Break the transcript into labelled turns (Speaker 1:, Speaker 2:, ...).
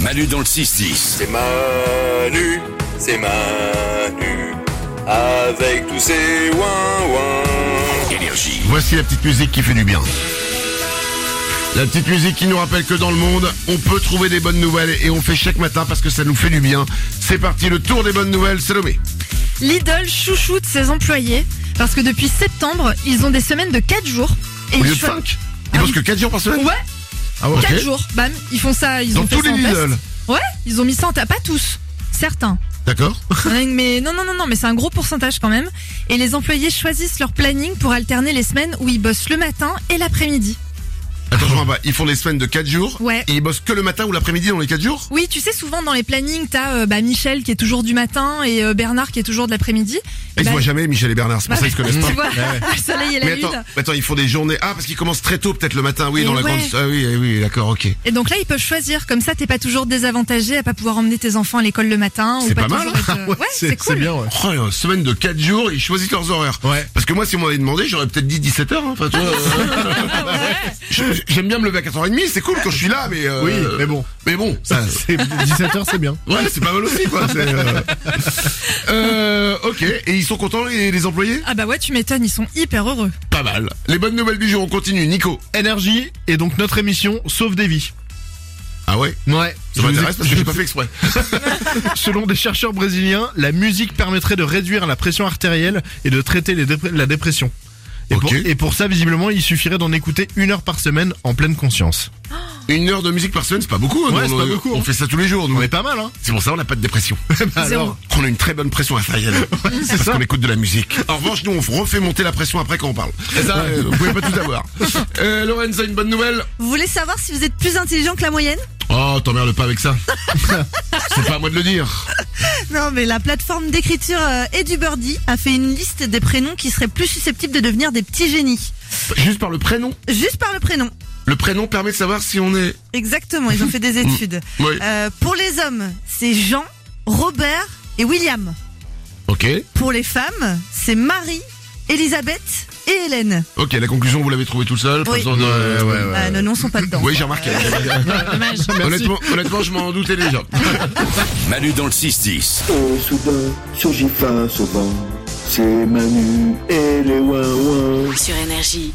Speaker 1: Manu dans le 6-10.
Speaker 2: C'est Manu, c'est Manu, avec tous ses ouin-ouin.
Speaker 1: Énergie.
Speaker 3: Voici la petite musique qui fait du bien. La petite musique qui nous rappelle que dans le monde, on peut trouver des bonnes nouvelles et on fait chaque matin parce que ça nous fait du bien. C'est parti, le tour des bonnes nouvelles, Salomé.
Speaker 4: Lidl chouchoute ses employés parce que depuis septembre, ils ont des semaines de 4 jours. Et
Speaker 3: Au
Speaker 4: ils
Speaker 3: lieu de
Speaker 4: choi-
Speaker 3: 5 Il pense que 4 jours par semaine
Speaker 4: Ouais,
Speaker 3: Ah ouais,
Speaker 4: 4
Speaker 3: ok.
Speaker 4: jours. Bam, ils font ça. Ils
Speaker 3: Dans
Speaker 4: ont fait
Speaker 3: tous
Speaker 4: ça
Speaker 3: les
Speaker 4: en test.
Speaker 3: Lidl.
Speaker 4: Ouais, ils ont mis ça en test. Pas tous, certains.
Speaker 3: D'accord.
Speaker 4: Il y en a une- mais non, non, non, non, mais c'est un gros pourcentage quand même. Et les employés choisissent leur planning pour alterner les semaines où ils bossent le matin et l'après-midi.
Speaker 3: Attends, je comprends pas. hein, bah, Ils font les semaines de 4 jours
Speaker 4: Ouais.
Speaker 3: et ils bossent que le matin ou l'après-midi dans les 4 jours
Speaker 4: Oui, tu sais, souvent dans les plannings, t'as euh, bah, Michel qui est toujours du matin et euh, Bernard qui est toujours de l'après-midi.
Speaker 3: Ils se
Speaker 4: Bah,
Speaker 3: voient jamais, Michel et Bernard, c'est pour ça qu'ils se connaissent pas.
Speaker 4: Tu vois, le soleil et la
Speaker 3: Mais
Speaker 4: lune.
Speaker 3: attends, mais attends, ils font des journées. Ah, parce qu'ils commencent très tôt, peut-être le matin, oui,
Speaker 4: Et
Speaker 3: dans la
Speaker 4: ouais.
Speaker 3: grande. Ah oui, oui, oui, d'accord, ok.
Speaker 4: Et donc là, ils peuvent choisir. Comme ça, t'es pas toujours désavantagé à pas pouvoir emmener tes enfants à l'école le matin. ou
Speaker 3: C'est pas mal.
Speaker 4: toujours être, euh,
Speaker 3: hein
Speaker 4: Ouais, c'est cool.
Speaker 5: bien, ouais.
Speaker 3: Oh, une semaine de 4 jours, ils choisissent leurs horaires.
Speaker 5: Ouais.
Speaker 3: Parce que moi, si on m'avait demandé, j'aurais peut-être dit 17h. hein. Enfin, tu vois,
Speaker 6: Ah bah
Speaker 3: euh, je- J'aime bien me lever à 4h30, c'est cool quand je suis là, mais. euh,
Speaker 5: Oui, mais bon.
Speaker 3: Mais bon, ça.
Speaker 5: C'est- 17h, c'est bien.
Speaker 3: Ouais, c'est pas mal aussi, quoi. c'est, euh, euh, ok, et ils sont contents, les, les employés
Speaker 4: Ah bah ouais, tu m'étonnes, ils sont hyper heureux.
Speaker 3: Pas mal. Les bonnes nouvelles du jour, on continue. Nico.
Speaker 5: Énergie et donc notre émission sauve des vies.
Speaker 3: Ah ouais
Speaker 5: Ouais.
Speaker 3: Ça m'intéresse parce que j'ai pas fait exprès.
Speaker 5: Selon des chercheurs brésiliens, la musique permettrait de réduire la pression artérielle et de traiter les dépre- la dépression. Et,
Speaker 3: Ok.
Speaker 5: pour, et pour ça, visiblement, il suffirait d'en écouter une heure par semaine en pleine conscience.
Speaker 3: Une heure de musique par semaine, c'est pas beaucoup. hein,
Speaker 5: Ouais,
Speaker 3: nous,
Speaker 5: c'est
Speaker 3: on,
Speaker 5: pas beaucoup,
Speaker 3: On
Speaker 5: hein.
Speaker 3: fait ça tous les jours, nous.
Speaker 5: On est pas mal, hein
Speaker 3: C'est pour ça, on n'a pas de dépression.
Speaker 4: Zéro.
Speaker 3: On a une très bonne pression artérielle. parce
Speaker 5: ça.
Speaker 3: qu'on écoute de la musique. En revanche, nous, on refait monter la pression après quand on parle. Ça, euh, vous pouvez pas tout avoir. Euh, Lorenza, une bonne nouvelle
Speaker 4: Vous voulez savoir si vous êtes plus intelligent que la moyenne
Speaker 3: Oh, t'emmerdes pas avec ça. c'est pas à moi de le dire.
Speaker 6: Non, mais la plateforme d'écriture euh, et du Birdie a fait une liste des prénoms qui seraient plus susceptibles de devenir des petits génies.
Speaker 3: Juste par le prénom.
Speaker 6: Juste par le prénom.
Speaker 3: Le prénom permet de savoir si on est...
Speaker 6: Exactement, ils ont fait des études.
Speaker 3: Oui.
Speaker 6: Euh, pour les hommes, c'est Jean, Robert et William.
Speaker 3: Ok.
Speaker 6: Pour les femmes, c'est Marie, Elisabeth et Hélène.
Speaker 3: Ok, la conclusion, vous l'avez trouvée tout seul. pas
Speaker 6: Oui.
Speaker 3: besoin de-
Speaker 6: Euh, nos noms sont pas dedans.
Speaker 3: Oui, j'ai remarqué. honnêtement, honnêtement, je m'en doutais déjà.
Speaker 1: Manu dans le 6-10.
Speaker 7: Oh, soudain, surgit fin souvent. C'est Manu et les ouin-ouin.
Speaker 8: sur énergie.